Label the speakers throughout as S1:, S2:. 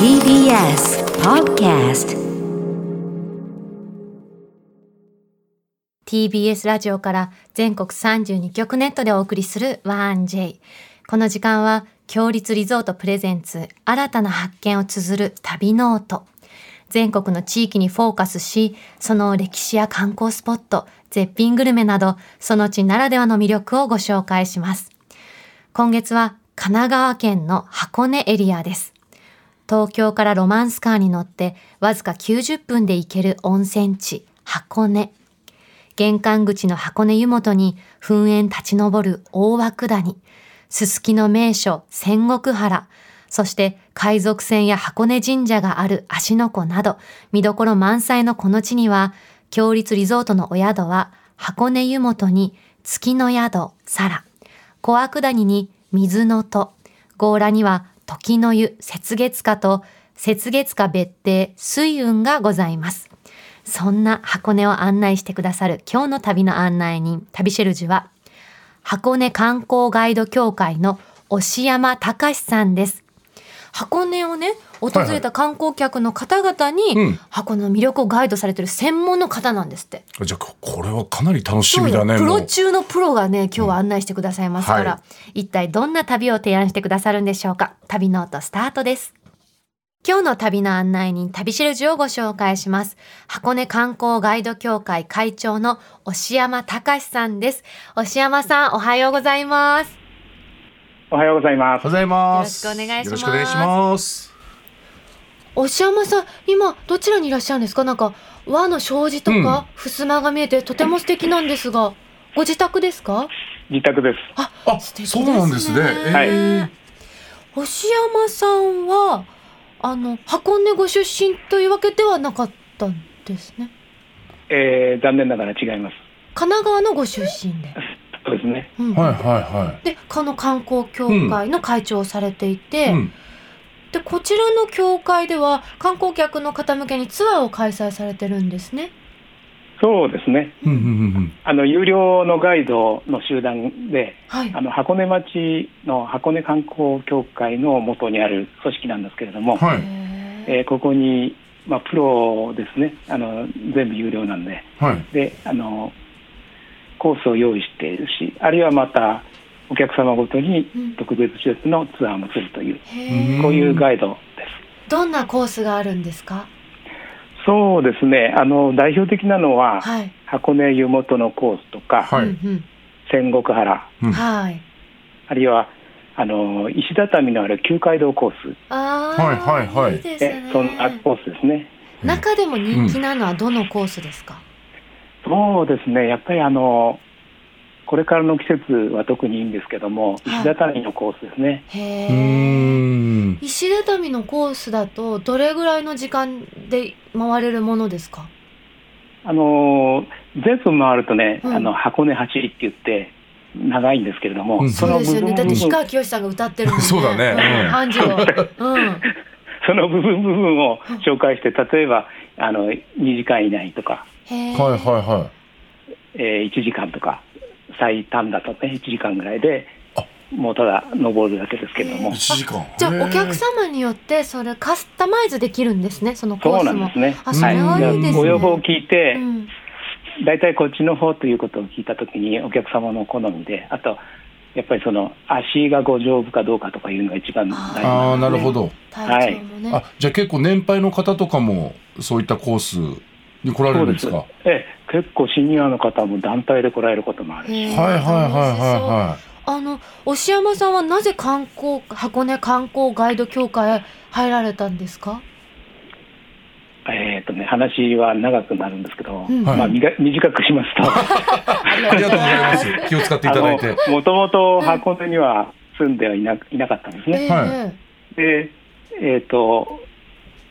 S1: TBS Podcast
S2: TBS ラジオから全国32局ネットでお送りする 1J この時間は強立リゾートプレゼンツ新たな発見を綴る旅ノート全国の地域にフォーカスしその歴史や観光スポット絶品グルメなどその地ならではの魅力をご紹介します今月は神奈川県の箱根エリアです東京からロマンスカーに乗ってわずか90分で行ける温泉地箱根玄関口の箱根湯本に噴煙立ち上る大涌谷、すすきの名所仙石原、そして海賊船や箱根神社がある芦ノ湖など、見どころ満載のこの地には、強立リゾートのお宿は箱根湯本に月の宿、サラ、小涌谷に水の戸、強羅には時の湯、雪月花と、雪月花別邸、水雲がございます。そんな箱根を案内してくださる今日の旅の案内人、旅シェルジュは、箱根観光ガイド協会の押山隆さんです。箱根をね、訪
S3: はいは
S2: れ
S3: い
S2: た観光客の方々に、
S3: うん
S2: 箱根の魅力をガイドされてる専門の方なんですって。
S3: じゃあこれはかなり楽しみだね
S2: そうよプ
S3: もう
S2: ロ中のプロがね、今日は案内してくださいますから、
S3: うんは
S2: 一体どんな旅を提案してくださるんでしょうか。旅ノートスタートです。今日の旅の案内人、旅しるじをご紹介します。箱根観光ガイド協会会長の押山隆さんです。押山さん、おはようございます。
S4: おはようございます。
S3: おはようございます
S2: よろしくお願いします
S3: よろしくお願いします
S2: 押山さん、今、どちらにいらっしゃるんですかなんか、和の障子とか、襖が見えて、とても素敵なんですが、ご自宅ですか
S4: 自宅です。
S3: あ、
S2: 素敵です
S3: そ
S2: ね
S3: うなんですね、
S4: はい
S3: えー
S2: 星山さんはあの箱根ご出身というわけではなかったんですね
S4: えー、残念ながら違います。
S2: 神奈川のご出身で、
S4: そうですね。
S2: うん
S3: はいは
S2: でこの観光協会の会長をされてい
S3: いは
S2: て、
S3: い、うん、
S2: でこちらの協会では観光客の方向けにツアーを開催されてるんですね
S4: そうですね。
S3: うんうんうんうん
S4: あの有料のガイドの集団で、
S2: はい
S4: あの箱根町の箱根観光協会の元にある組織なんですけれども、
S3: は
S2: へ
S3: い
S2: ー
S4: えーここにまあプロですね。あの全部有料なんで、
S3: はい
S4: であのコースを用意しているし、あるいはまたお客様ごとに
S2: うん
S4: 特別施設のツアーもするという、
S2: へー
S4: こういうガイドです。
S2: どんなコースがあるんですか
S4: そうですね。あの代表的なのは。
S2: はい、
S4: 箱根湯本のコースとか、
S3: はい
S2: うん
S4: 仙石原
S2: うん、
S3: うん
S2: はい
S4: あるいはあの石畳のある旧街道コース
S2: あー
S3: はいはいはい
S2: いです
S4: で
S2: ね
S4: そんなコースですね。
S2: 中でも人気なのはどのコースですか、
S4: そうですねやっぱりあのこれからの季節は特にいいんですけども
S2: はい
S4: 石畳のコースですね、
S2: へ
S3: うー
S2: え
S3: ん
S2: 石畳のコースだとどれぐらいの時間で回れるものですか
S4: あの全部回るとね、
S2: うん
S4: あの箱根走りって言って長いんですけれども、
S3: うん
S2: そ
S4: そ
S2: う
S4: の
S2: で
S4: 部
S2: すよ
S4: 分
S2: ねだ
S4: 部
S2: って
S4: 分
S2: 氷川きよしさんが歌ってるもんね
S3: そうだねうん
S2: ん、アンジ ュを、うん、
S4: その部分部分を紹介して例えばあの2時間以内とか、
S2: へえ
S3: はいはいは
S4: えー1時間とか最短だとね1時間ぐらいでもうただ登るだけですけれど
S2: へ
S4: も
S3: い一時間
S2: じゃあお客
S3: ん
S2: 様によってそれカスタマイズできるんですねそのコ
S4: そ
S2: ー
S4: うな
S2: ス
S4: ん
S2: も
S4: ですね。
S2: あそれはいいですね
S4: ご要望を聞いて
S2: う、ん
S4: 大体こっちの方ということを聞いたときに、お客様の好みで、あと、やっぱりその足がご丈夫かどうかとかいうのが一番大事
S3: ああな
S4: なん
S3: る
S4: です
S3: ほ
S4: ね。
S3: ど
S2: 体調もね、
S3: あじゃあ結構年配の方とかもそういったコースに来られるんですか
S4: そうええ、結構シニアの方も団体で来られることもあるし、
S2: へえ
S3: はいはいはいはいは
S2: あの押山さんはなぜ観光箱根観光ガイド協会へ入られたんですか、
S4: えっ、とね、話は長くなるんですけど、
S2: うん
S3: はい
S4: まあ、みが短くしますと、
S2: あり
S3: いありがとうございます気を使ってい
S4: あ
S3: ただ
S4: の
S3: いて
S4: もともと箱根には住んではいないなかったんですね。
S2: ええ
S3: は
S4: で、えっ、と、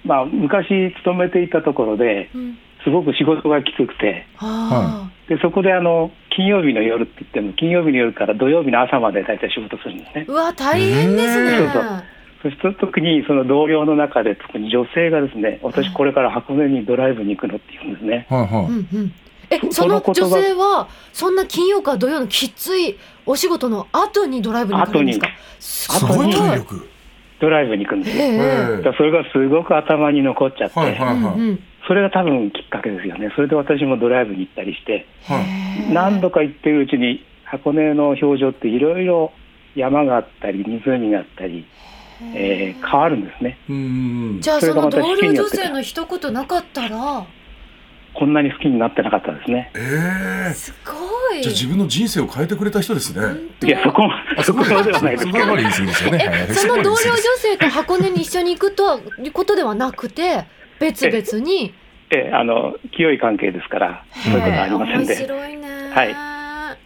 S4: まあ、昔勤めていたところで、
S2: うん、
S4: すごく仕事がきつくて、
S2: あ
S4: でそこであの金曜日の夜って言っても金曜日の夜から土曜日の朝まで大体仕事するんですね
S2: ーうわ大変ですね、
S4: えーそうそうそして特にその同僚の中で特に女性がですね私これから箱根にドライブに行くのって言うんですね
S3: はいは
S2: う
S3: い
S2: んうん、えそ
S4: そ
S2: の
S4: の言葉
S2: 女性はそんな金曜から土曜のきついお仕事の後にドライブに行かれるんですかす
S4: 後
S2: ご
S4: に
S2: い
S4: 後に
S3: 力
S4: ドライブに行くんですよ。
S2: え
S3: え
S2: え
S4: だからそれがすごく頭に残っちゃって、
S3: はいは
S2: う
S3: い
S2: ん
S3: はい。
S2: うん
S4: それが多分きっかけですよね。それで私もドライブに行ったりして、
S3: はい。
S4: 何度か行ってるうちに箱根の表情っていろいろ山があったり湖があったり、えー変わるんですね。
S3: うんうん
S2: じゃあそ
S4: それが
S2: の
S4: また
S2: 同
S4: 好き
S2: 僚
S4: によ
S2: 女
S4: って
S2: 性の一言なかったら
S4: こんなに好きになってなかったですね。
S3: ええ。
S2: すごい
S5: じゃあ自分の人生を変えてくれた人ですね。
S2: 本当
S4: いやそこま
S3: あ
S4: そこまではないです
S3: そ
S4: け
S3: こ
S4: ど
S3: ま。で言い過ぎですよね。はい
S2: えその同僚女性と箱根に一緒に行くとはいうことではなくて別々に
S4: えあの清い関係ですからそういうことはありません
S2: 面
S4: で、
S2: 白いね
S4: はい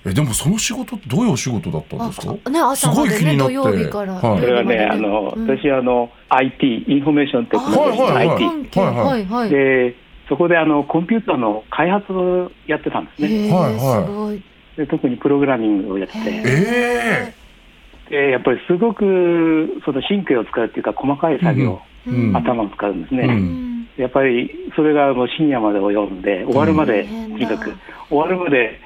S3: えでもその仕事ってどういうお仕事だったんですか
S2: あね朝まです
S3: ごい気
S2: ね
S3: にな
S2: 土
S3: って
S2: 曜日から
S3: はい
S4: それはねあの、私あの IT インフォメーションテクノロジーの
S3: はいはい
S4: IT、
S2: IT はいはいはい
S4: でそこであのコンピューターの開発をやってたんですね。
S2: へー
S3: はいはい
S2: すごい
S4: で特にプログラミングをやって
S2: へ
S4: て
S2: ー
S3: え
S4: でやっぱりすごくその神経を使うっていうか細かい作
S3: う
S4: 業、
S3: んうん
S4: 頭を使うんですね、
S3: う
S2: うんん
S4: やっぱりそれがもう深夜まで及んで終わるまで、
S2: うん
S4: とにかく終わるまで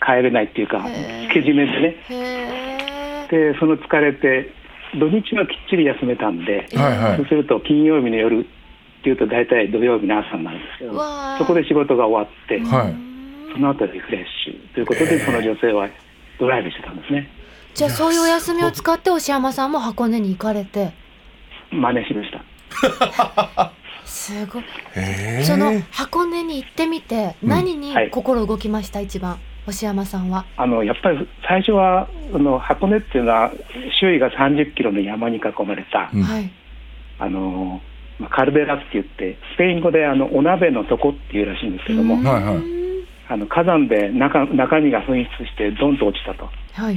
S4: 帰れないっていうか
S2: へー
S4: つけ締めでね
S2: へえ
S4: でその疲れて土日はきっちり休めたんで
S3: えはいは
S4: そう
S3: い。
S4: すると金曜日の夜っていうと大体土曜日の朝になるんですけど
S2: わー
S4: そこで仕事が終わって
S3: はい。
S4: その後リフレッシュということでその女性はドライブしてたんですね
S2: じゃあそういうお休みを使って押山さんも箱根に行かれて
S4: 真似しました
S2: すごい
S3: ええ。
S2: その箱根に行ってみて
S3: うん
S2: 何に
S4: はい
S2: 心動きました一番押山さんは
S4: あのやっぱり最初はあの箱根っていうのは周囲が30キロの山に囲まれた、
S3: うん
S2: はい
S4: あのまあカルデラって言ってスペイン語であのお鍋の底っていうらしいんですけども、
S2: うん
S3: はいはい
S4: あの火山で中中身が噴出してドンと落ちたと
S2: はい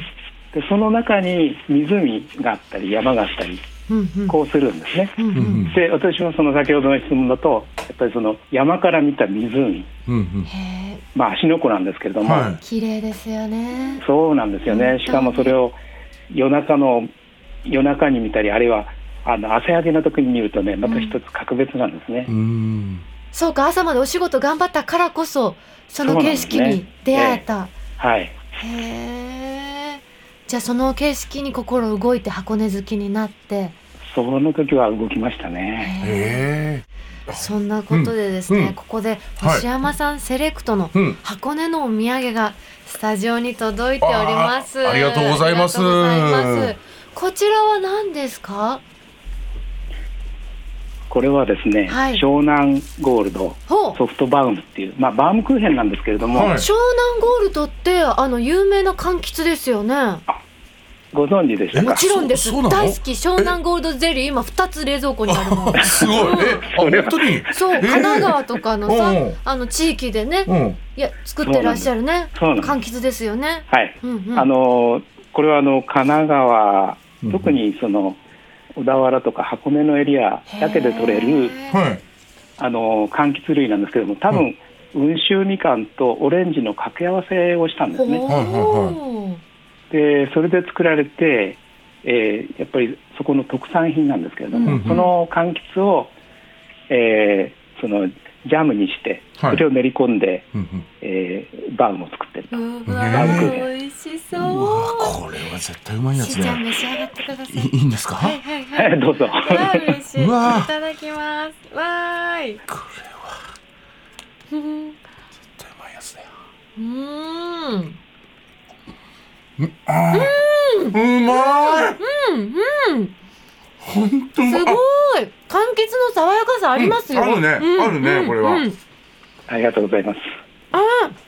S4: でその中に湖があったり山があったり
S2: うんうん
S4: こうするんですね、
S2: うんう
S3: うん
S2: ん
S4: で私もその先ほどの質問だとやっぱりその山から見た湖
S3: うんうん
S2: へえ
S4: まあ芦ノ湖なんですけれども、
S3: はい。
S2: 綺麗ですよね
S4: そうなんですよねしかもそれを夜中の夜中に見たりあるいはあの朝焼けの時に見るとねまた一つ格別なんですね
S3: う、ん。
S2: そうか朝までお仕事頑張ったからこそその景色
S4: そうなんです
S2: に
S4: ね
S2: 出会えた
S4: はい
S2: へえじゃあその景色に心動いて箱根好きになって
S4: その時は動きましたね
S2: へえ
S3: え
S2: そんなことでです
S3: うん
S2: ね、
S3: うん
S2: ここで
S3: はい
S2: 星山さんセレクトの
S3: え。うん。
S2: 箱根のお土産がスタジオに届いております
S3: あーありがとうございます
S2: ありがとうございますこちらは何ですか
S4: これはですね、
S2: はい
S4: 湘南ゴールド
S2: ほう
S4: ソフトバウムっていう、まあ、バウムクーヘンなんですけれども、
S3: はい
S2: 湘南ゴールドってあの有名な柑橘ですよね
S4: ご存知でした
S3: え
S2: も
S4: か
S2: ちろんです
S3: そうそうなの
S2: 大好き湘南ゴールドゼリー今2つ冷蔵庫にあるもん
S3: すごい。え、あ
S4: それは
S3: 本当に。
S2: そう
S3: えー
S2: 神奈川とかのさ、
S3: うん
S2: あの地域でね
S3: うん。
S2: いや作ってらっしゃるね
S4: そうなんです
S2: 柑橘ですよね
S4: はい
S2: うんうん
S4: あのこれはあの神奈川
S3: うん
S4: 特にその小田原とか箱根のエリアだけで取れる
S2: へー
S3: はい。
S4: あの柑橘類なんですけども多
S3: う
S4: 分温州みかんとオレンジの掛け合わせをしたんで
S2: ほ
S4: す
S2: う
S4: ね
S3: はい
S4: でそれで作られて、えーやっぱりそこの特産品なんですけれども、
S3: うんうん
S4: その柑橘を、えーそのジャムにして
S3: はい
S4: それを練り込んで、
S3: うんうん。
S4: えーバウムを作ってると
S2: う
S3: ね
S2: わー美味しそう
S3: これは絶対うまいやつ
S2: しーちゃん
S3: ね。
S2: 召し上がってください
S3: いいいんですか。
S2: はいはいはい
S4: どうぞ
S2: わー嬉しいう
S3: わー
S2: いただきますわーい
S3: こ
S2: う
S3: れは
S2: ん
S3: 絶対うまいやつだよ。
S2: うん
S3: あーうまい。
S2: うん
S3: 本当
S2: すごい柑橘の爽やかさありますよ、
S3: うんあるね
S2: うん
S3: あるね
S2: うん
S3: これは
S2: うん
S4: ありがとうございます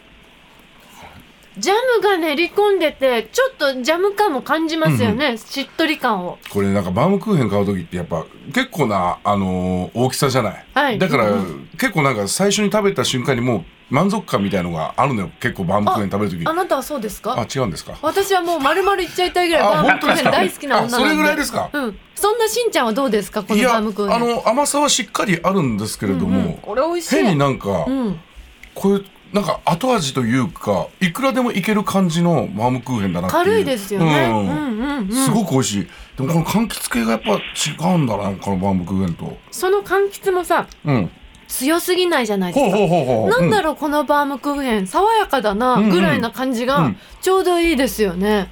S2: ジャムが練り込んでてちょっとジャム感も感じますよね、しっとり感を
S3: これなんかバウムクーヘン買う時ってやっぱ結構な、あのー大きさじゃない、
S2: はい
S3: だから、
S2: う
S3: 結構なんか最初に食べた瞬間にもう満足感みたいのがあるのよ結構バウムクーヘン食べる時に
S2: あ
S3: あ
S2: なたはそうですか
S3: 違うんですか
S2: 私はもう丸々いっちゃいたいぐらいバー
S3: あ
S2: ムク
S3: 本
S2: ー
S3: 当で
S2: ヘ
S3: す
S2: ン
S3: か
S2: 大好きな女なんで
S3: あそれぐらいですか
S2: うん、そんなしんちゃんはどうですかこ
S3: い
S2: の
S3: や
S2: バ
S3: あ
S2: ームクーヘン
S3: の甘さはしっかりあるんですけれども、
S2: うんうんこれ美味しい
S3: 変になんか、
S2: うん
S3: こういうなんか後味というかいくらでもいける感じのバウムクーヘンだなっていう
S2: 軽いですよね、
S3: う
S2: う
S3: ん
S2: んうんうん
S3: すごく美味しいでもこの柑橘系がやっぱ違うんだなこのバウムクーヘンと
S2: その柑橘もさ
S3: うん
S2: 強すぎないじゃないです
S3: ほ
S2: か
S3: うほうほうほう
S2: なんだ
S3: ろ
S2: ろうこのバームクーヘン爽やかだな
S3: うんうん
S2: ぐらいな感じ
S3: う
S2: が
S3: ん
S2: ちょうどいいですよね、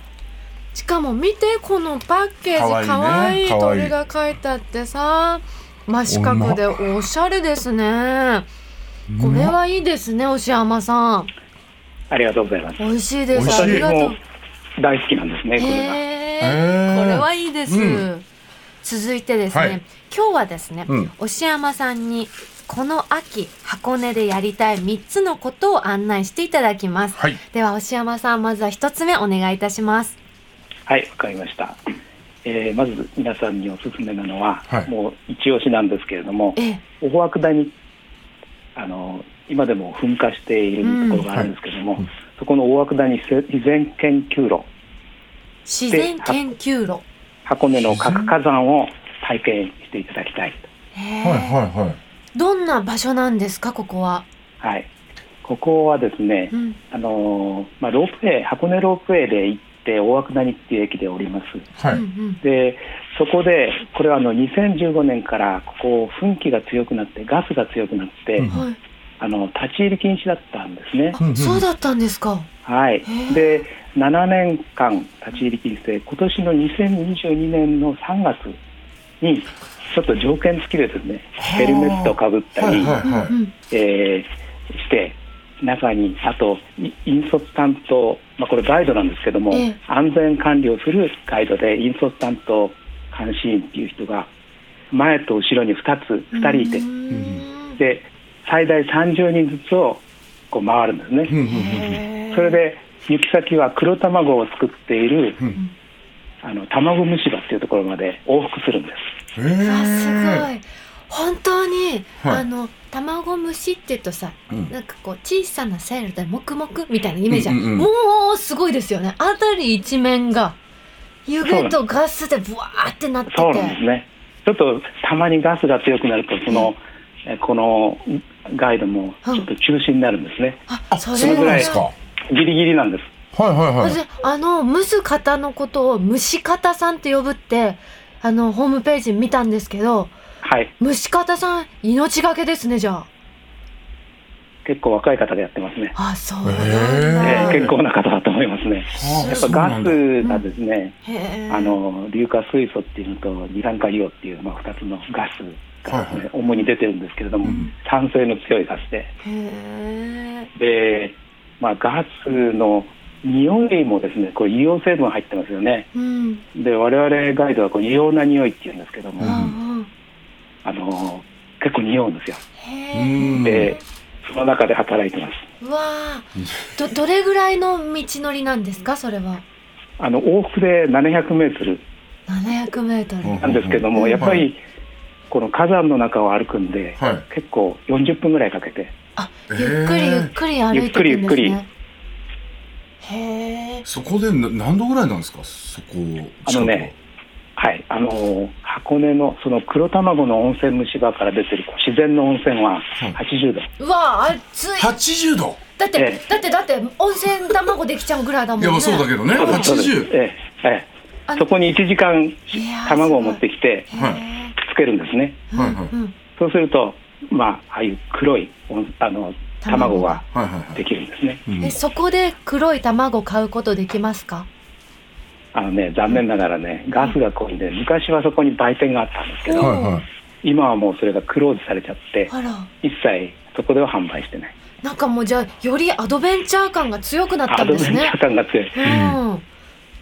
S6: しかも見てこのパッケージか
S3: か
S6: わ
S3: わ
S6: い
S3: い
S6: い
S3: いね
S6: 鳥が書いてあってさ真四角でおしゃれですねこれはいいですね押山さん
S4: ありがとうございます。
S6: 美味しいで
S3: 美
S6: す
S3: 味しい
S6: ありがとう
S4: もう大好きなんですね、これが。
S6: へ
S3: え
S6: ー
S3: ー
S6: これはいいです、
S3: うん
S2: 続いてですね、
S3: はい
S2: 今日はですね、
S3: うん
S2: 押山さんにこの秋箱根でやりたい3つのことを案内していただきます、
S3: はい
S2: では押山さんまずは1つ目お願いいたします
S4: はい、わかりました。えーまず皆さんにおすすめなのは、
S3: はい
S4: もう一押しなんですけれども、
S2: ええ
S4: オホアク大にあの今でも噴火しているところがあるんですけれども、
S3: うんはい
S4: そこの大涌谷自然研究路、
S2: 自然研究路
S4: 箱根の核火山を体験していただきたい。
S2: へー
S3: はいはいはい。
S2: どんな場所なんですかここは、
S4: はい、ここはですね、
S2: うん
S4: あのーまあ、ロープウェイ箱根ロープウェイで行って大涌谷っていう駅で降ります。
S3: は
S2: うんう
S3: い。
S2: ん
S4: でそこでこれはあの2015年からここ噴気が強くなってガスが強くなって、
S3: うん
S6: はい
S4: あの立ち入り禁止だったんですね。
S2: あ、そうだったんですか
S4: はい
S2: へえ、
S4: で7年間立ち入り禁止で今年の2022年の3月にちょっと条件付きでですねヘルメットをかぶった
S3: はい
S4: り、
S3: はいは
S2: うん
S4: えーして中にあとい引率担当、まあ、これガイドなんですけども、
S2: ええ
S4: 安全管理をするガイドで引率担当監視員っていう人が前と後ろに2つ2人いて、
S2: うーん
S4: で最大30人ずつをこう回るんですね。
S3: い。うんうん
S2: へー
S4: それで行き先は黒卵を作っている、
S3: うん
S4: あの卵むしろっていうところまで往復するんです。
S3: うん。へえ
S2: うわすごい本当に、
S3: はい
S2: あの卵蒸しって言うとさ
S3: うん
S2: なんかこう小さなセールで黙々みたいなイメージある
S3: うんうんうん
S2: もうすごいですよね辺り一面が湯気とガスでブワーってなってて
S4: そうなんですね。ちょっとたまにガスが強くなるとその、えこのガイドもちょっと中止になるんですね。
S2: あそ
S3: そ
S2: れ
S3: れぐらい
S2: は
S3: ですか。はい
S4: ギリギリなんです。
S3: はいはい。
S2: 私あの蒸す方のことを蒸し方さんって呼ぶってあのホームページ見たんですけど
S4: はい、
S2: 蒸し方さん命がけですねじゃ
S4: 結構若い方でやってますね。
S2: ああそうなん
S4: えー
S2: だ、
S3: へ
S4: 結構な方だと思いますね。
S3: あ
S4: やっ
S3: そ
S4: ぱ
S3: うな
S4: ガ
S3: ん
S4: ス
S3: だ
S4: がですね、
S2: へー
S4: あの硫化水素っていうのと二酸化硫黄っていうまあ二つのガスがですね
S3: はいは
S4: 主に出てるんですけれども、
S3: うん
S4: 酸性の強いガスで。
S2: へ
S4: で、まあ、ガスの匂いもですねこれ硫黄成分入ってますよね
S2: ーうん
S4: で我々ガイドはこう異様な匂いっていうんですけども、
S3: う
S2: うん
S3: ん
S2: うん
S4: あの結構匂うんですよ
S2: へ
S3: う
S2: ー
S3: ん
S4: でその中で働いてます
S2: うわーどどれぐらいの道のりなんですかそれは
S4: あの往復で700メートル
S2: 700メート
S3: うん
S4: なんですけども、
S3: うん
S4: やっぱ
S3: は
S4: りこの火山の中を歩くんで、
S3: はい
S4: 結構40分ぐらいかけて
S2: ルゆっくりゆっくり歩いていくんですねへえ
S3: そこでな何度ぐらいなんですか。そこ。
S4: あのねはいあの箱根のその黒卵の温泉虫歯から出てるこう自然の温泉は
S3: はい
S4: 80度、
S2: うわー暑い
S3: 近くは。八十度。
S2: だって、
S4: ええ
S2: だってだって温泉卵できちゃうぐらいだもんね
S3: いやまあそうだけどね。
S4: そう
S3: 八
S4: です
S3: 十。
S4: ええええ
S2: あ
S4: そこに1時間
S2: いやー
S4: 卵を持ってき
S2: へ
S4: て
S2: ー
S3: はい
S4: つけるんですね
S2: うん
S3: はいはい
S2: うん
S4: そうするとまあああいう黒いおんあの
S2: 卵
S4: 卵
S2: が
S4: が
S3: はいはいは
S4: で
S3: い。
S4: きるんですね
S3: うん
S2: えそこで黒い卵買うことできますか
S4: あのね残念ながらねガスが濃いんで昔はそこに売店があったんですけど
S3: はいはい。
S4: 今はもうそれがクローズされちゃって
S2: あら
S4: 一切そこでは販売してない
S2: なんかもうじゃあよりアドベンチャー感が強くなった
S4: ア
S2: ん
S4: ド
S2: で
S4: ベ
S2: す
S4: ンチャ
S2: ね
S4: ー感が強い
S2: うん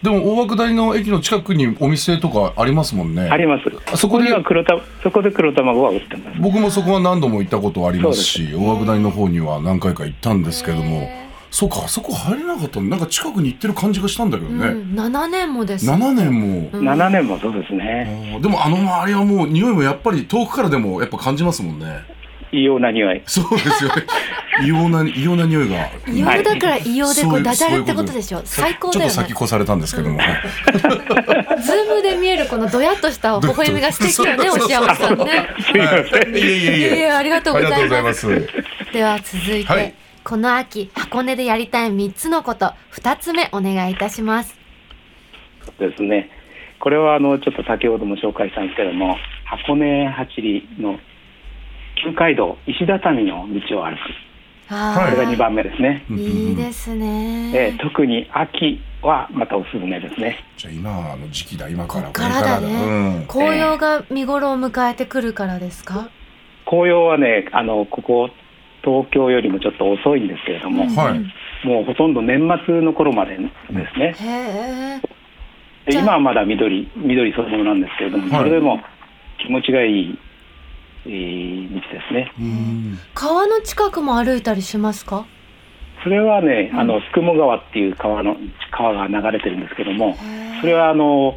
S3: でも大涌谷の駅の近くにお店とかありますもんね。
S4: あります
S3: あそこで
S4: には黒たそこで黒卵は売ってます
S3: 僕もそこは何度も行ったことありますし、大涌谷の方には何回か行ったんですけども、そうか、あそこ入れなかったのなんか近くに行ってる感じがしたんだけど
S2: う
S3: ね。
S2: ん、7年もです
S3: 7年も。
S2: うん
S4: 7年もそうです
S3: あ
S4: ね
S3: ーでもあの周りはもう匂いもやっぱり遠くからでもやっぱ感じますもんね。
S4: 異様な 匂い
S3: そうですよね。異様な、異様な匂いが。
S2: 異様だから異様でこ
S3: そう
S2: う
S3: いう
S2: ダジャレってことで
S3: そういうこと
S2: しょ最高
S3: ちょ
S2: だ
S3: っ
S2: よ
S3: と
S2: ね
S3: 先越されたんですけども。はい
S2: ズームで見えるこのドヤっとした微笑みが素敵よね
S3: そう
S2: 押山さんね
S4: すいません
S3: いえい
S2: い
S3: え
S2: やい
S3: いえ。
S2: やありがとう
S3: あ
S2: ご
S3: りが
S2: ざ
S3: とう
S2: い
S3: ござい
S2: ま
S3: ますす。
S2: では続いて、
S3: はい
S2: この秋箱根でやりたい3つのこと2つ目お願いいたします
S4: ですね。これはあのちょっと先ほども紹介したんですけども、箱根八里の旧街道石畳の道を歩く。
S3: は
S4: こ
S3: い
S4: れが2番目ですね、
S3: うんうんうん
S2: いいです
S4: え
S2: ね
S4: ー。特に秋はまたおすすめですね
S3: じゃあ今の時期だ今から
S2: こっからだね
S3: これからうん
S2: 紅葉が見頃を迎えてくるからですか。
S4: 紅葉はねあのここ東京よりもちょっと遅いんですけれども、
S3: はい
S4: もうほとんど年末の頃までですね、
S2: へえ。
S4: で
S2: じゃあ
S4: 今はまだ緑緑そのものなんですけれども、
S3: はい
S4: それでも気持ちがいい、えー道ですね
S3: うん
S2: 川の近くも歩いたりしますか。
S4: それはね、あの宿毛川っていう川の川が流れてるんですけどもそれはあの、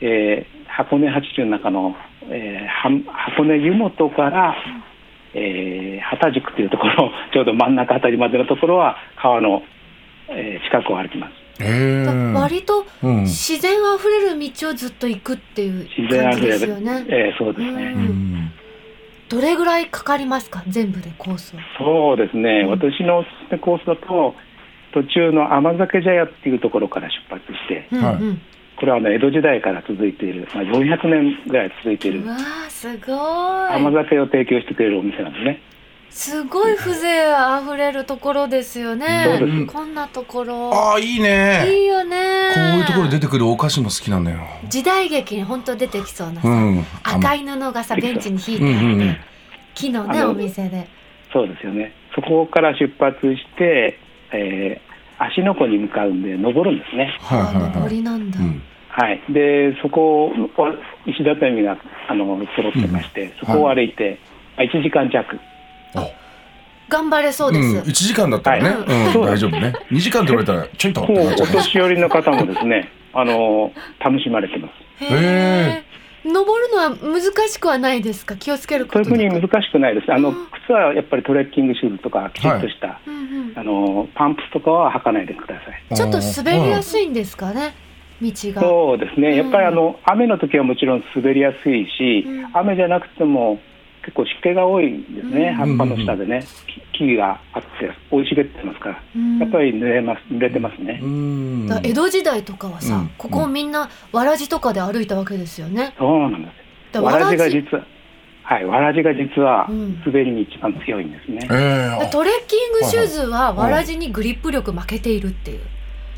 S4: えー箱根八中の中の、えーは箱根湯本から、えー畑宿っていうところ ちょうど真ん中あたりまでのところは川の、えー近くを歩きます
S3: ええ
S2: 割と
S3: うん
S2: 自然あふれる道をずっと行くっていう
S4: 自然
S2: 感
S4: あ
S2: じ
S4: ふれ
S2: です
S4: る、
S2: よね。
S4: えーそうですね、
S2: う
S3: うんん
S2: どれぐらいかかりますか全部でコースは。
S4: そうですね、
S2: うん
S4: 私のおすすめコースだと途中の甘酒茶屋っていうところから出発して
S2: うん
S3: はい
S2: うん
S4: これは、ね、江戸時代から続いている、まあ、400年ぐらい続いている
S2: うわあすご
S4: 甘
S2: い。
S4: 酒を提供してくれるお店なんですね、
S2: すごい風情あふれるところですよ
S4: そ
S2: ね
S4: うで。
S3: す
S2: こんなところ。
S3: ああいいね
S2: いいよね。
S3: こういうところで出てくるお菓子も好きなんだよ
S2: 時代劇に本当出てきそうな
S3: う
S2: さ、
S3: ん
S2: 赤い布がさベンチに引いてあって、
S3: うんうんうん
S2: 木のね
S4: あの
S2: お店で
S4: そうですよねそこから出発して、えー芦ノ湖に向かうんで登るんですね
S3: はいはいは
S2: 登
S3: い
S2: りなんだ、
S3: うん
S4: はいでそこを石畳があの揃ってまして、そこを歩いて、1時間弱
S2: 頑張れそうで
S3: うん
S2: す、
S3: 1時間だったらね
S4: はい
S3: うん大丈夫ね2時間って言われたらちょいとって
S4: もう
S3: なっちゃ
S4: お
S3: うね
S4: 年寄りの方もですねあの楽しまれてます
S2: へえ登るのは難しくはないですか気をつけるこ
S4: そうい
S2: と
S4: うふうに難しくないです。あ
S2: う
S4: の
S2: ん
S4: 靴はやっぱりトレッキングシューズとかきちっとした、
S2: うんうん
S4: あのパンプスとかは履かないでください。
S2: ちょっと滑りや
S3: い
S2: すいんですかね道が
S4: そうです
S2: うん
S4: ね。やっぱりあの雨の時はもちろん滑りやすいし、
S2: うん
S4: 雨じゃなくても結構湿気が多いんですね。
S2: うん
S4: 葉っぱの下でね、木木があって生い茂ってますから、
S2: うん
S4: やっぱり濡れます濡れてますね。
S3: うん
S2: だから江戸時代とかはさ、
S3: うん
S2: ここをみんなわらじとかで歩いたわけですよね
S4: そうなんで
S2: だ
S4: す。
S2: か
S4: わらじが
S2: わら
S4: 実ははいわらじが実は
S2: うん
S4: 滑りに一番強いんですね。
S3: え
S2: だ
S3: え
S2: から
S3: あ
S2: トレッキングシューズは
S3: はいは
S2: わ
S3: い
S2: らじにグリップ力負けているっていう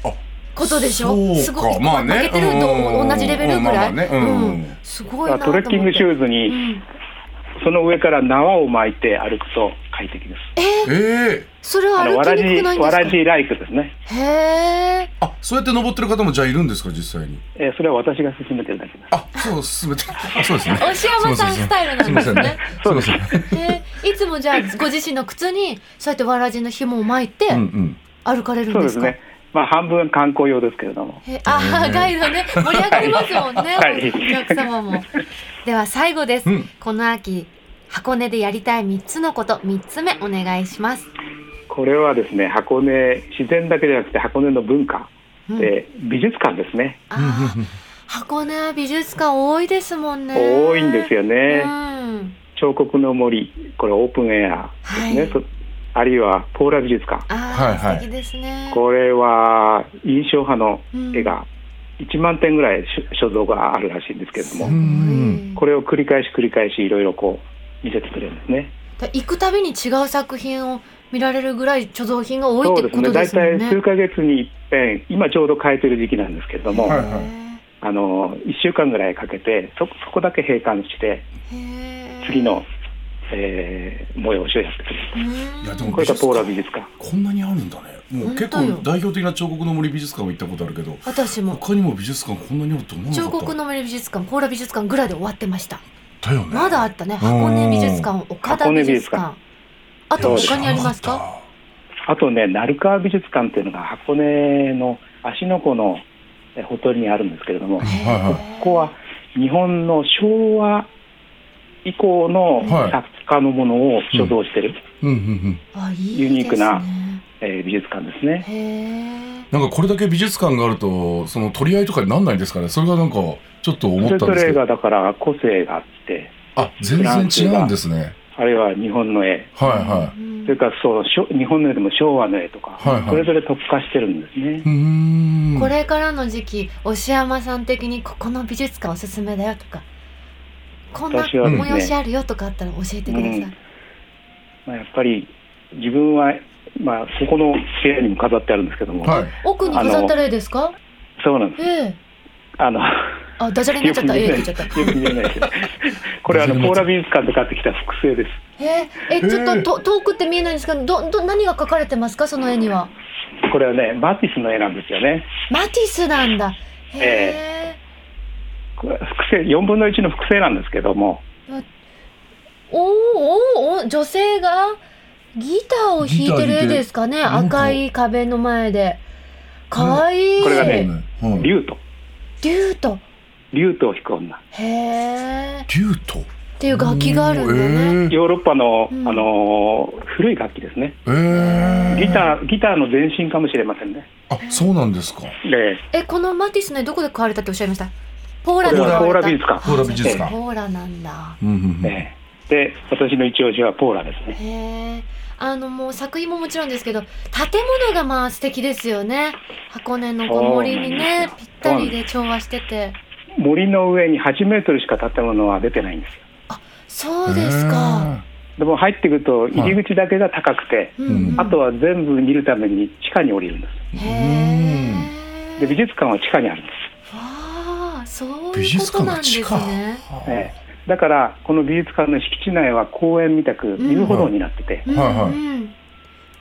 S3: あ
S2: ことでし
S3: そう
S2: ょ
S3: か
S2: すごい、
S3: まあね
S2: 負けてる
S3: う
S2: と
S3: ん
S2: 同じレベルぐらい、
S3: うんまあまあねうん
S2: うんすごい
S4: だ
S2: な
S4: か
S2: と
S4: ら
S2: 思って
S4: トレッキングシューズ
S2: う
S4: に
S2: ん
S4: その上から縄を巻いて歩くと快適です。
S2: えー
S3: ええ
S2: それは
S4: あの
S2: 歩
S4: わ
S2: き
S4: ら
S2: に
S4: じ
S2: くくないん
S4: わ
S2: ですから
S4: じライクですね、
S2: へえ
S3: あそうやって登ってる方もじゃあいるんですか実際に
S4: えーそれは私が勧めてるだけです
S3: あそう進めてあそうですね
S2: 押山さんスタイルなんですね
S3: すいませんねすいません
S2: えーいつもじゃあご自身の靴にそうやってわらじの紐を巻いて
S3: うんうん
S2: 歩かれるん
S4: そう
S2: で
S4: ですす
S2: か、
S4: ねまあ半分観光用ですけれども
S2: えあーガイドね盛り上がりますもんね、
S4: はい
S2: お客様もでは最後です、
S3: うん
S2: この秋箱根でやりたい3つのこと3つ目お願いします、
S4: これはですね箱根自然だけじゃなくて箱根の文化
S2: うん
S4: で、美術館ですね
S2: あー箱根は美術館多いですもんね
S4: 多いんですよね
S2: うん
S4: 彫刻の森これオープンエア
S2: は
S4: で
S2: い、
S4: すね、そあるいはポーラ美術館
S2: あー、
S3: はいは
S2: 素
S3: い
S2: 敵ですね
S4: これは印象派の絵が1万点ぐらい所蔵があるらしいんですけれど
S2: すご
S4: も、
S2: い
S3: うん
S4: これを繰り返し繰り返しいろいろこう見せてくれるんですね
S2: だ行くたびに違う作品を見られるぐらい貯蔵品が多い
S4: そ
S2: っ
S4: う
S2: て
S4: です
S2: こ
S4: ね
S2: とで
S4: 大
S2: すもん
S4: 体
S2: ね
S4: 数ヶ月に一遍今ちょうど変えてる時期なんですけれども、
S3: はい
S4: あの1週間ぐらいかけてそそこだけ閉館して
S2: へー
S4: 次の、えー催しをやってくれ
S2: う
S4: る
S2: ん
S3: いやで
S4: こ
S3: も
S4: れがポーラ美術館
S3: こんなにあるんだねもう結構
S2: 本当よ
S3: 代表的な彫刻の森美術館は行ったことあるけど
S2: 私も
S3: 他にも美術館こんなにあると思わなか
S2: 彫
S3: った
S2: 刻の森美術館ポーラ美術館ぐらいで終わってました
S3: だよね
S2: まだあったね箱根美術館岡田美術
S4: 箱
S2: 館あと他にあります
S3: いや知らな
S2: か
S3: っ
S4: あとね鳴川美術館っていうのが箱根の芦ノ湖のえほとりにあるんですけれどもこ
S3: たはいはい
S4: こは日本の昭和以降の
S3: はい
S4: 作家のものを所蔵してる、
S3: うんうんうん
S2: あいいですね
S4: ユニークなえー美術館ですね
S2: へえ
S3: なんかこれだけ美術館があるとその取り合いとかになんないんですかねそれがなんかちょっと思
S4: そ
S3: っ
S4: れ
S3: た
S4: ぞ
S3: んですけ
S4: れ
S3: ど
S4: がだから個性があって
S3: あ全然違うんですね
S4: あるいは日本の
S3: は
S4: 絵
S3: いは
S4: それからそうしょ日本の絵でも昭和の絵とか、
S3: はいはい
S4: それぞれ特化してるんですね
S3: いうーん
S2: これからの時期押山さん的にここの美術館おすすめだよとかこんな
S4: 私はですね
S2: 催しあるよとかあったら教えてください、
S4: うんまあ、やっぱり自分はまあ、ここの部屋にも飾ってあるんですけども、
S3: はい。
S2: 奥に飾った例ですか
S4: そうなんです。
S2: ええ
S4: あの
S2: あダジャレになっちゃったええって言っちゃっ
S4: よく見えないです。こ れはあのポーラ美術館で買ってきた複製です。
S2: たえええちょっとと遠くって見えないんですけどどど何が書かれてますかその絵には
S4: これはね、マティスの絵なんですよね。
S2: マティスなんだへえ
S4: これ複製、4分の1の複製なんですけども、
S2: おーおーおー女性がギターを弾いてる絵ですかね
S3: ター弾いて
S2: 赤い壁の前でかわいい、
S4: これがね
S3: はい。
S4: 竜と、
S2: 竜と
S4: 竜とを弾く女。
S2: へえっ
S3: 竜と。
S2: ていう楽器があるんだね、
S3: え
S4: ヨーロッパの、
S2: うん
S4: あのー古い楽器ですね。
S3: えええ
S4: ギター、ギターの前身かもしれませんね。
S3: あ、そうなんですか。
S4: で、
S2: えこのマティスの絵どこで買われたっておっしゃいましたポーラ
S4: これ
S2: で買
S4: はポー
S2: われ
S4: ラ
S2: た
S4: 美術館。
S3: ポーラ美術館。
S2: ポーラなんだ
S3: うんうんうん。
S4: ええで、私の一押しはポーラですね。
S2: へえあのもう作品ももちろんですけど建物がまあ素敵ですよね箱根のこう森にねぴったりで調和してて
S4: 森の上に8メートルしか建物は出てないんですよ。
S2: そうですか、
S4: でも入ってくると入り口だけが高くて、
S2: う
S3: う
S2: ん
S3: ん
S4: あとは全部見るために地下に降りるんで
S2: へえ
S4: す。で美術館は地下にあるんで
S2: わあそう
S3: 美
S2: いうこ
S3: 術
S2: と
S3: 館
S2: なん
S3: の
S2: です
S3: 地下。
S2: ね
S4: す。ええだからこの美術館の敷地内は公園みたく遊歩道になってて、
S2: うん
S3: はいはい
S2: うん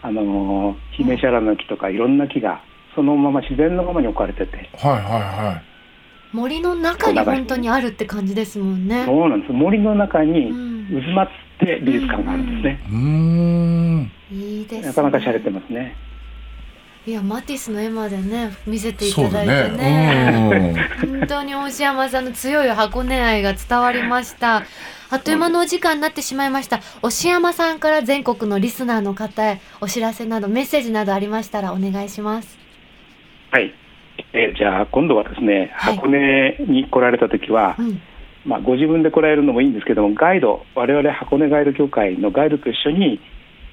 S4: あのーヒメシャラの木とかいろんな木がそのまま自然のままに置かれてて、
S3: はいはいはい。
S2: 森の中に本当にあるって感じですもんね、
S4: そうなんです。森の中に
S2: うん、
S4: 渦まって美術館があるんですね。
S3: うーん。
S2: いいですね
S4: なかなか洒落てますね。
S2: いやマティスの絵までね見せてい
S3: そ
S2: ただ
S3: うだ
S2: いてね
S3: ね。
S2: 本当に大石山さんの強い箱根愛が伝わりま したあっという間のお時間になってしまいました押山さんから全国のリスナーの方へお知らせなどメッセージなどありましたらお願いします
S4: はい。えーじゃあ今度はですね、
S2: はい
S4: 箱根に来られた時は
S2: う、ん
S4: まあ、ご自分で来られるのもいいんですけどもガイド我々箱根ガイド協会のガイドと一緒に、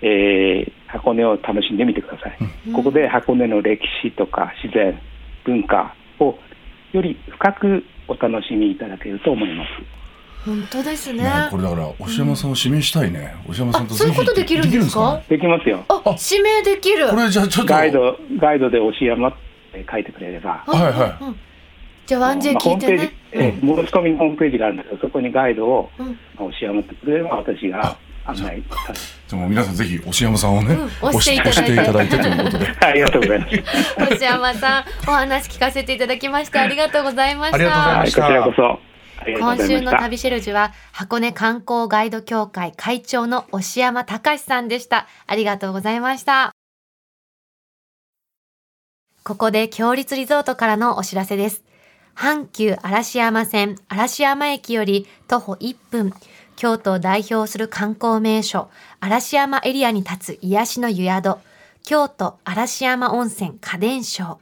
S4: えー箱根を楽しんでみてください、ここで箱根の歴史とか自然文化をより深くお楽しみいただけると思います
S2: 本当です
S3: うん
S2: ね
S3: ねこれだから、押山さんを指名したいね。押山さんと
S2: あそういうことできるんですか
S4: できますよ
S2: あ指名できる
S3: できるんですかねこれじゃあちょっと。
S4: ガイドガイドで押山って書いてくれれば
S2: うん
S3: はいはい
S2: うんうんじゃあワンジェイ
S4: まあ
S2: 聞い
S4: ホーム
S2: て
S4: ページ
S2: ね、
S4: えー申し込みのホームページがあるんですけどそこにガイドを、
S2: うん
S4: まあ、押山ってくれれば私が案内させて
S3: でも皆さんぜひ押山さんをね、
S2: うん押していただいて
S3: 押していただいてというこ とで。
S4: ありがとうございます
S2: 星山さんお話聞かせていただきましてありがとうございました
S3: ありがとうございま
S4: は
S3: し
S4: い
S3: た
S4: こちらこそありがとう
S2: 今
S4: ございま
S2: 週
S4: し
S2: の
S4: た
S2: 旅シェルジュは箱根観光ガイド協会会長の押山隆さんでしたありがとうございましたここで強立リゾートからのお知らせです阪急嵐山線嵐山駅より徒歩1分京都を代表する観光名所嵐山エリアに立つ癒しの湯宿京都嵐山温泉花伝賞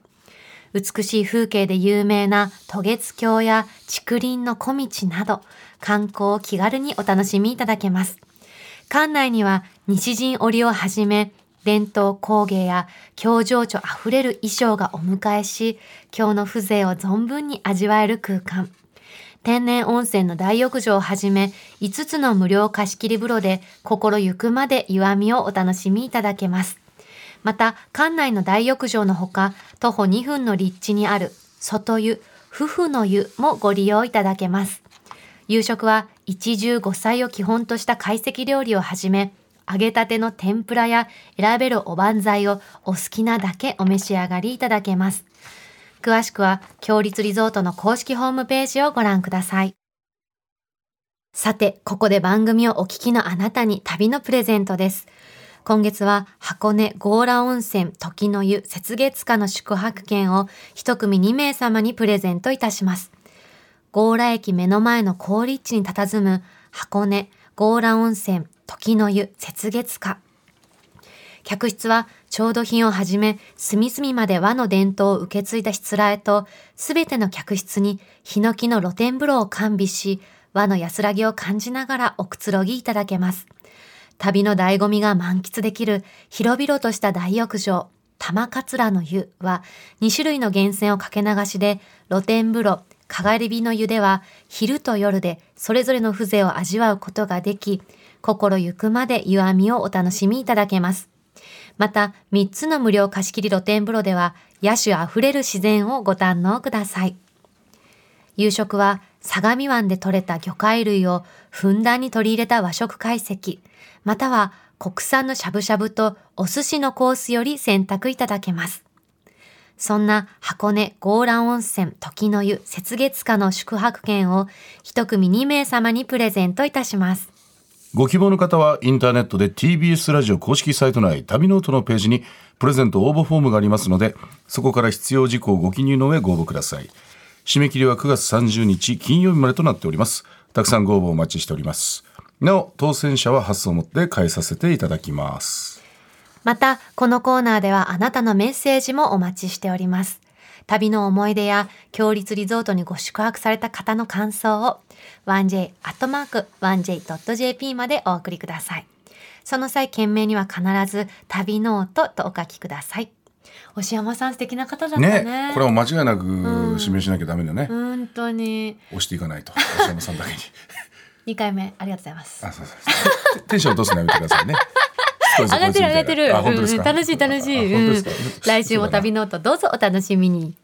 S2: 美しい風景で有名な渡月橋や竹林の小道など、観光を気軽にお楽しみいただけます。館内には西陣織をはじめ、伝統工芸や表情著あふれる衣装がお迎えし、京の風情を存分に味わえる空間。天然温泉の大浴場をはじめ、5つの無料貸し切り風呂で心ゆくまで湯あみをお楽しみいただけます。また、館内の大浴場のほか、徒歩2分の立地にある外湯、夫婦の湯もご利用いただけます。夕食は一汁五菜を基本とした懐石料理をはじめ、揚げたての天ぷらや選べるおばんざいをお好きなだけお召し上がりいただけます。詳しくは、強立リゾートの公式ホームページをご覧ください。さて、ここで番組をお聞きのあなたに旅のプレゼントです。今月は箱根強羅温泉時の湯雪月花の宿泊券を一組2名様にプレゼントいたします。強羅駅目の前の高立地に佇む箱根強羅温泉時の湯雪月花。客室は調度品をはじめ隅々まで和の伝統を受け継いだしつらえとすべての客室にヒノキの露天風呂を完備し和の安らぎを感じながらおくつろぎいただけます旅の醍醐味が満喫できる広々とした大浴場玉桂の湯は2種類の源泉をかけ流しで露天風呂かがり火の湯では昼と夜でそれぞれの風情を味わうことができ心ゆくまで湯あみをお楽しみいただけますまた、3つの無料貸し切り露天風呂では、野手あふれる自然をご堪能ください。夕食は、相模湾で採れた魚介類をふんだんに取り入れた和食懐石、または国産のしゃぶしゃぶとお寿司のコースより選択いただけます。そんな箱根強羅温泉時の湯雪月花の宿泊券を一組2名様にプレゼントいたします。
S3: ご希望の方はインターネットで TBS ラジオ公式サイト内旅ノートのページにプレゼント応募フォームがありますのでそこから必要事項をご記入の上ご応募ください締め切りは9月30日金曜日までとなっておりますたくさんご応募お待ちしておりますなお当選者は発送をもって返させていただきます
S2: またこのコーナーではあなたのメッセージもお待ちしております旅の思い出や強立リゾートにご宿泊された方の感想を 1j.1j.jp までお送りください。その際、件名には必ず旅ノートとお書きください。押山さん素敵な方だったね、ね、
S3: これは間違いなく指名しなきゃダメだね、
S2: うん、本当に
S3: 押していかないと押山さんだけに
S2: 2回目ありがとうございます
S3: あそうそうテンション落とすのやめてくださいね
S2: 上がってる上がってる、うん、楽しい楽しい、うん、来週も旅ノートどうぞお楽しみに